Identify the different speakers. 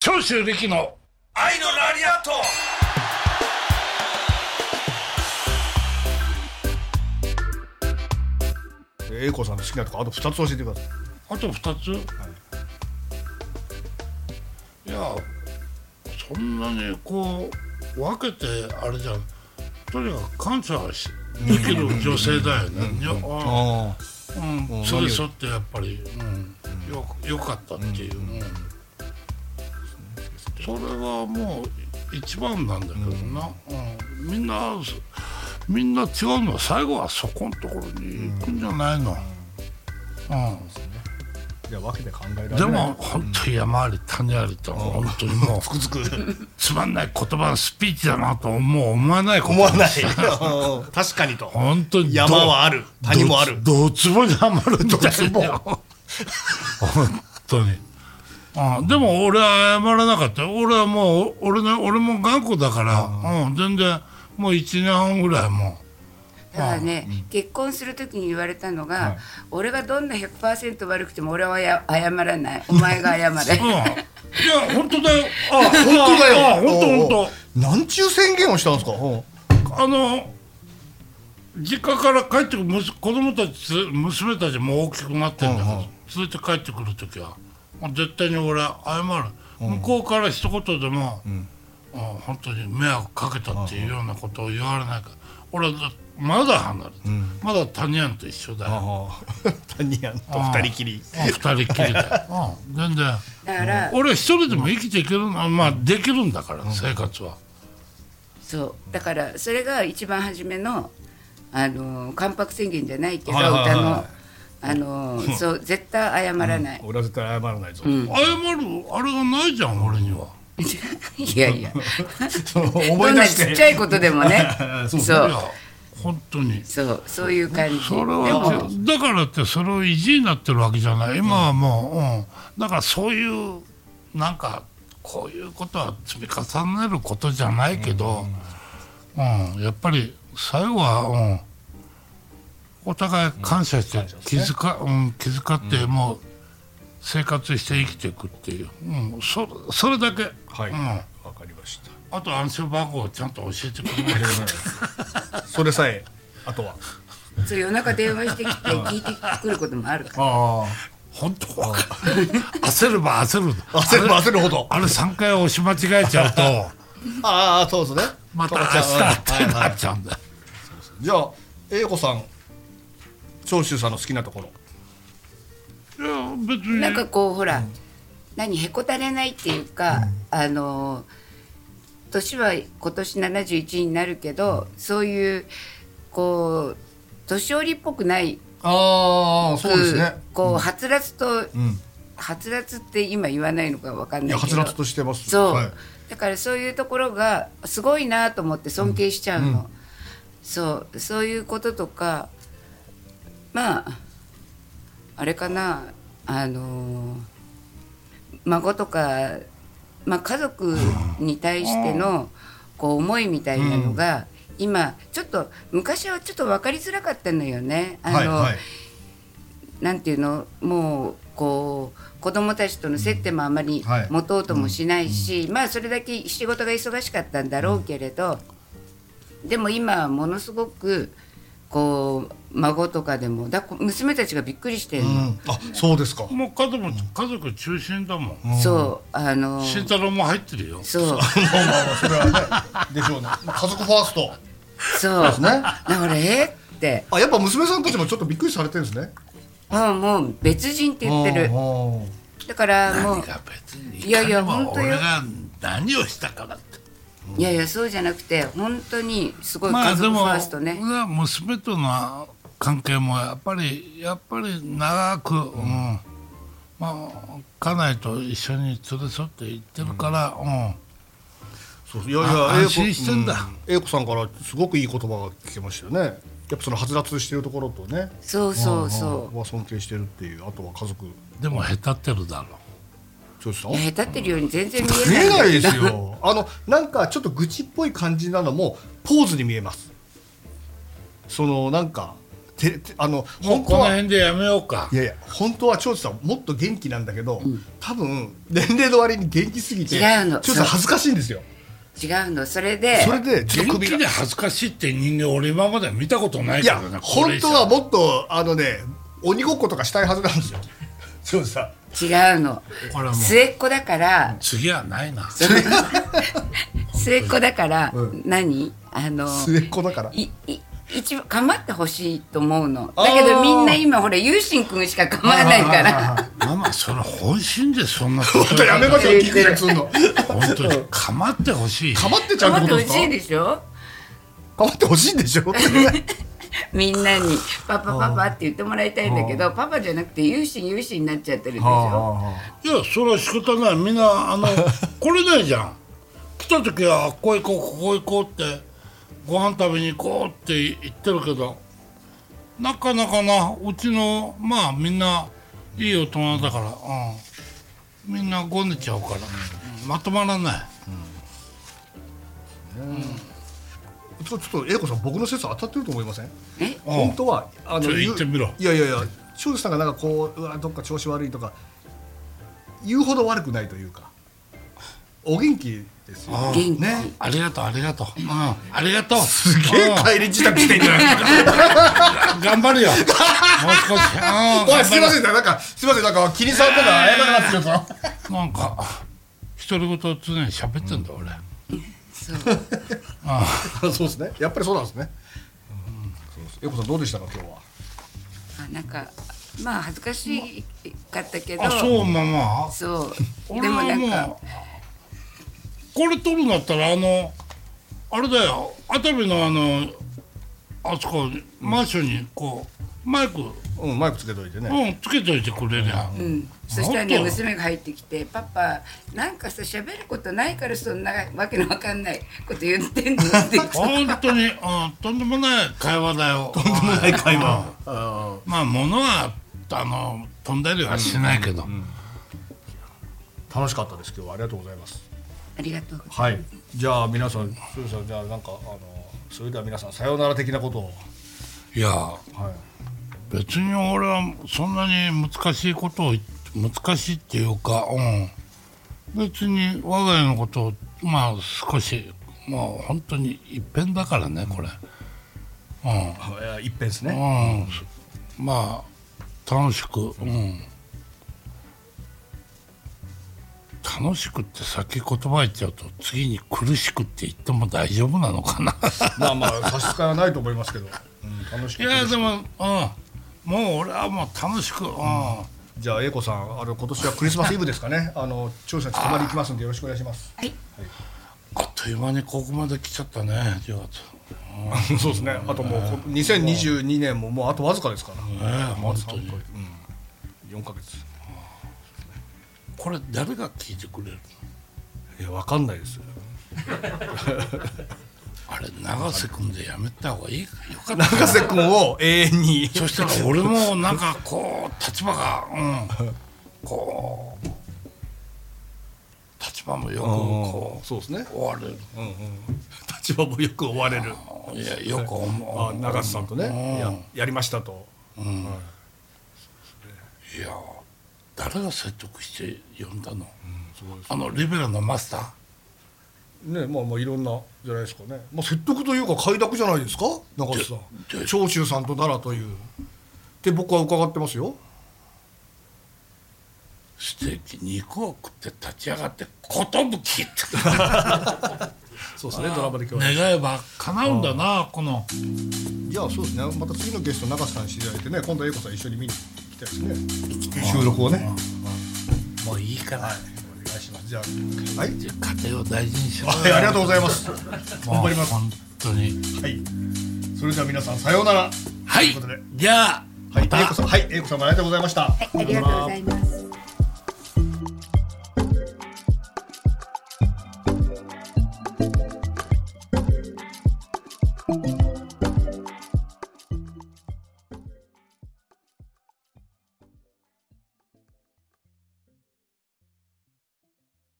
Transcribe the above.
Speaker 1: 長州力の
Speaker 2: 愛のラリアット
Speaker 3: えー英子さんの好きなとこあと2つ教えてください
Speaker 1: あと2つ、い、やそんなにこう分けてあれじゃんとにかく感謝しできる女性だよねいやあ
Speaker 3: あ
Speaker 1: うん
Speaker 3: うん
Speaker 1: それそってやっぱり、うん、よよかったっていう、うんそれはもう一番なんだけどな、うんみんなみんな違うのは最後はそこのところに行くんじゃないの、うん
Speaker 3: あじゃあ分けて考えられない
Speaker 1: でも本当に山あり谷ありと本当にもう
Speaker 3: つく
Speaker 1: つまんない言葉のスピーチだなともう思わないこと
Speaker 4: 思わない確かにと
Speaker 1: 本当に
Speaker 4: 山はある谷もある
Speaker 1: どつぼにはまるみたいな本当にあでも俺は謝らなかったよ俺はもう俺,、ね、俺も頑固だから、うん、全然もう1年半ぐらいも
Speaker 5: ただね、結婚するときに言われたのが、俺がどんな100%悪くても俺はや謝 らないお前が謝れ
Speaker 1: う、うん、いや本当だよ あ本当だよあ本当本当
Speaker 3: 何ちゅう宣言をしたんですかうん
Speaker 1: あの実家から帰ってくるむす子供たちつ娘たちも大きくなってんだけど、
Speaker 3: うんうん
Speaker 1: 連れて帰ってくる時はもう絶対に俺謝る、向こうから一言でも、あ本当に迷惑かけたっていうようなことを言われないから俺はまだ離れて、まだ谷やんと一緒だよ
Speaker 3: あ
Speaker 4: タニアンと二人き
Speaker 1: う
Speaker 4: り
Speaker 1: ん二人っきりだよ、うん、全然
Speaker 5: だから、
Speaker 1: 俺は一人でも生きていけるのまあできるんだから、生活は。
Speaker 5: そうだからそれが一番初めのあの関白宣言じゃないけど、
Speaker 3: はいはいはい
Speaker 5: 歌のあのそう絶対謝らない、
Speaker 3: 俺は絶対謝らないぞ、
Speaker 1: 謝るあれがないじゃん俺には。
Speaker 5: いやいや
Speaker 3: そう思
Speaker 5: ど
Speaker 3: い
Speaker 5: ん
Speaker 3: 出
Speaker 5: な
Speaker 3: し
Speaker 5: ち
Speaker 3: て
Speaker 5: っちゃいことで もねそうそ
Speaker 1: いうや本当に
Speaker 5: そういう感じ
Speaker 1: それは
Speaker 5: でも
Speaker 1: だからってそれを意地になってるわけじゃない今はもう、うん、だからそういうなんかこういうことは積み重ねることじゃないけど、うんやっぱり最後は、うん、お互い感謝して気遣,、うん、気遣ってもう生活して生きていくっていう、うん、そそれだけ、
Speaker 3: はい
Speaker 1: うん、
Speaker 3: わ、かりました
Speaker 1: あと暗証番号をちゃんと教えてくれない
Speaker 3: それさえあとは
Speaker 5: そう夜中電話してきて聞いてくることもあるから
Speaker 3: あ
Speaker 1: 本当は焦れば 焦る
Speaker 3: あ焦れば焦るほど
Speaker 1: あれ3回押し間違えちゃうと
Speaker 3: ああそうですね
Speaker 1: また明日ってなっちゃうんだよ
Speaker 3: じゃあ英子さん長州さんの好きなところ
Speaker 1: いや別に
Speaker 5: なんかこうほら、何へこたれないっていうか、あの年は今年71になるけどそういうこう年寄りっぽくない
Speaker 3: ああそうですね
Speaker 5: こうはつらつと、
Speaker 3: ん
Speaker 5: はつらつって今言わないのかわか
Speaker 3: い
Speaker 5: んない
Speaker 3: や
Speaker 5: け
Speaker 3: は
Speaker 5: ど
Speaker 3: つらつとしてます
Speaker 5: そう、
Speaker 3: はい
Speaker 5: だからそういうところがすごいなと思って尊敬しちゃうの、そうそういうこととかまああれかなあのー孫とか、まあ、家族に対してのこう思いみたいなのが、今ちょっと昔はちょっと分かりづらかったのよね。あの
Speaker 3: はいはい
Speaker 5: なんていうのもうこう子供たちとの接点もあまり
Speaker 3: はい
Speaker 5: 持とうともしないし、まあそれだけ仕事が忙しかったんだろうけれど、でも今はものすごくこう孫とかでもだ娘たちがびっくりしてる
Speaker 3: う
Speaker 5: の、
Speaker 3: んあそうです か
Speaker 1: もう家族も家族中心だもん
Speaker 5: そうあの
Speaker 1: 慎太郎も入ってるよ
Speaker 5: そう
Speaker 3: まあまあまあそれはねでしょうね家族ファースト
Speaker 5: そう
Speaker 3: すね
Speaker 5: だからえって
Speaker 3: あやっぱ娘さんたちもちょっとびっくりされてるんですね
Speaker 5: ああもう別人って言って
Speaker 3: あ
Speaker 5: る
Speaker 3: ー
Speaker 5: だからも
Speaker 1: 何
Speaker 5: う
Speaker 1: が別に
Speaker 5: いやいや
Speaker 1: かにも
Speaker 5: 本当よ
Speaker 1: 俺が何をしたからって
Speaker 5: いやいやそうじゃなくて本当にすごい
Speaker 1: ま
Speaker 5: 家
Speaker 1: あで
Speaker 5: 族フ
Speaker 1: も
Speaker 5: ァーストね、
Speaker 1: 俺は娘との関係もやっぱりやっぱり長く、うんまあ家内と一緒に連れ添って行ってるから、うん
Speaker 3: そういやい
Speaker 1: あ
Speaker 3: や英子
Speaker 1: 安心してんだ
Speaker 3: うん英子さんからすごくいい言葉が聞けましたよねやっぱそのはつらつしてるところとね
Speaker 5: そうそうそう
Speaker 3: は尊敬してるっていうあとは家族
Speaker 1: でもへたってるだろう
Speaker 3: 長州さん
Speaker 5: いや下手ってるように全然見
Speaker 3: 見
Speaker 5: え
Speaker 3: え
Speaker 5: な
Speaker 3: ないいですよあのなんかちょっと愚痴っぽい感じなのもポーズに見えますそのなんか
Speaker 4: ててあの
Speaker 1: もう
Speaker 4: 本
Speaker 1: こ
Speaker 4: 当
Speaker 1: の
Speaker 4: は
Speaker 1: 辺でやめようか
Speaker 4: いやいや本当は長司さんもっと元気なんだけど、多分年齢の割に元気すぎて
Speaker 5: 違うの
Speaker 4: 長司さん恥ずかしいんですよ
Speaker 5: 違うのそれで
Speaker 4: それでちょっと
Speaker 1: 元
Speaker 4: 首
Speaker 1: 気
Speaker 4: が
Speaker 1: で恥ずかしいって人間俺今まで見たことない
Speaker 4: い
Speaker 1: け
Speaker 4: や
Speaker 1: どね高
Speaker 4: 本
Speaker 1: 齢者
Speaker 4: 当はもっとあのね鬼ごっことかしたいはずなんですよ長司さん
Speaker 5: 違うの
Speaker 1: これはもう
Speaker 5: 末っ子だから
Speaker 1: 次はないな
Speaker 5: 末っ子だから何あの
Speaker 4: 末っ子だから
Speaker 5: いい一番構ってほしいと思うの
Speaker 4: あ
Speaker 5: だ
Speaker 4: ー
Speaker 5: けどみんな今ほらゆうしんくんしか構わないから
Speaker 1: ママそれ本心でそんなこと
Speaker 4: 本当やめましょう
Speaker 5: 言
Speaker 4: ギ
Speaker 5: っ
Speaker 4: ク
Speaker 5: て
Speaker 4: シャ
Speaker 5: る
Speaker 4: クするの
Speaker 1: 本当に構ってほしい
Speaker 4: かまってちゃう
Speaker 5: 構
Speaker 4: っ
Speaker 5: ってて
Speaker 4: ことで
Speaker 5: ほ
Speaker 4: すか
Speaker 5: しいでしょ
Speaker 4: かまってほしいんでしょ
Speaker 5: みんなに「パパパパ」って言ってもらいたいんだけどパパじゃなくて「ゆうしんゆうしん」になっちゃってるでしょ
Speaker 1: いやそれは仕方ないみんなあ の来れないじゃん来た時はあここ行こうここ行こうってご飯食べに行こうって言ってるけどなかなかなうちのまあみんないい大人だから、うん、みんなごねちゃうから、うんまとまらない
Speaker 4: ちょちょっと英子さん僕の説当たってると思いません
Speaker 5: え
Speaker 4: 本当はあ
Speaker 1: ちょっと
Speaker 4: ゆ
Speaker 1: 言ってみろ
Speaker 4: いやいやいや庄司さんがなんかこううわどっか調子悪いとか言うほど悪くないというかお元気ですよ
Speaker 1: あ
Speaker 5: 元気、
Speaker 4: ね
Speaker 1: ありがとうありがとう、うん、ありがとう
Speaker 4: すげえ帰り自宅してんじゃないですか
Speaker 1: うん頑張るよもう少し、うん
Speaker 4: おいすいませんなんかすいませんなんかキリさんとか謝らなますけど
Speaker 1: なんか独り言を常に喋ってんだ俺。
Speaker 5: そう
Speaker 4: あ そうですねやっぱりそうなんですねうんそうです英子さんどうでしたか今日は
Speaker 5: あなんかまあ恥ずかしかったけど
Speaker 1: あそうママ
Speaker 5: そう
Speaker 1: 俺
Speaker 5: でも
Speaker 1: は
Speaker 5: なん
Speaker 1: も
Speaker 5: か
Speaker 1: うこれ撮るんだったらあのあれだよ熱海のあのあそこマンションにこうマイク、う
Speaker 4: うんマイクつけといてね
Speaker 1: ん、つけといてくれりゃ、
Speaker 5: うん、そしたらね
Speaker 1: もっと
Speaker 5: 娘が入ってきて「パパなんかさ喋ることないからそんなわけのわかんないこと言ってんの」って言って
Speaker 1: 本当に、うん、とんでもない会話だよとんでも
Speaker 4: はい会話あ
Speaker 1: まあ物はあの飛んだりはしないけど、
Speaker 4: ー楽しかったです今日はありがとうございます
Speaker 5: ありがとうございます
Speaker 4: はいじゃあ皆さん庄司さんじゃあなんかあのそれでは皆さんさようなら的なことを
Speaker 1: いや
Speaker 4: はい
Speaker 1: 別に俺はそんなに難しいことを言って難しいっていうか、うん、別に我が家のことをまあ少しまあ本当に一変だからねこれ、う
Speaker 4: あいや一遍ですね
Speaker 1: んうん、まあ楽しく、うん、楽しくって先言葉言っちゃうと次に苦しくって言っても大丈夫なのかな
Speaker 4: まあまあ差し支えはないと思いますけど、うん、楽し
Speaker 1: い
Speaker 4: く
Speaker 1: やでも、うん、もう俺はもう楽しく、うん
Speaker 4: じゃあ英子さんあの今年はクリスマスイブですかねあの調査泊まり行きますんでよろしくお願いします
Speaker 5: はい
Speaker 1: あっという間にここまで来ちゃったね10月
Speaker 4: そうですねあともうほ2022年ももうあとわずかですから、
Speaker 1: ねえ本当に
Speaker 4: うん、4か月
Speaker 1: これ誰が聞いてくれるの
Speaker 4: いやわかんないです
Speaker 1: あれ永瀬君でやめた方が いいかよかった
Speaker 4: 博士君を永遠に
Speaker 1: そしたら俺もなんかこう立場が うんこう立場もよくこう
Speaker 4: そうですね
Speaker 1: 追われる
Speaker 4: 立場もよく追われる
Speaker 1: いやよく思
Speaker 4: あ
Speaker 1: う
Speaker 4: 永瀬さんとねややりましたと
Speaker 1: いや誰が説得して呼んだの
Speaker 4: すごいです
Speaker 1: あのリベラのマスター
Speaker 4: ねまあまあいろんなじゃないですかね、まあ、説得というか快諾じゃないですか中津さ
Speaker 1: でで
Speaker 4: ん長州さんと奈良というって僕は伺ってますよ
Speaker 1: ステーキ肉を食って立ち上がって「寿」って。
Speaker 4: そうですねドラマで今
Speaker 1: 願えば叶うんだなこの
Speaker 4: じゃあそうですねまた次のゲスト中津さん知り合いてね今度は英子さん一緒に見に行きたいですね
Speaker 5: 行きたい
Speaker 4: 収録をね
Speaker 1: もういいから
Speaker 4: はいお願いしますじゃあはい、
Speaker 1: 家庭を大事にしろよ
Speaker 4: はい、ありがとうございますは
Speaker 1: もう
Speaker 4: 頑張ります
Speaker 1: 本当に
Speaker 4: いそれでは皆さんさようなら
Speaker 1: はい
Speaker 4: ということで
Speaker 1: じゃあ
Speaker 4: はい
Speaker 1: また
Speaker 4: 英子さんはい英子さんもありがとうございました
Speaker 5: ありがとうございます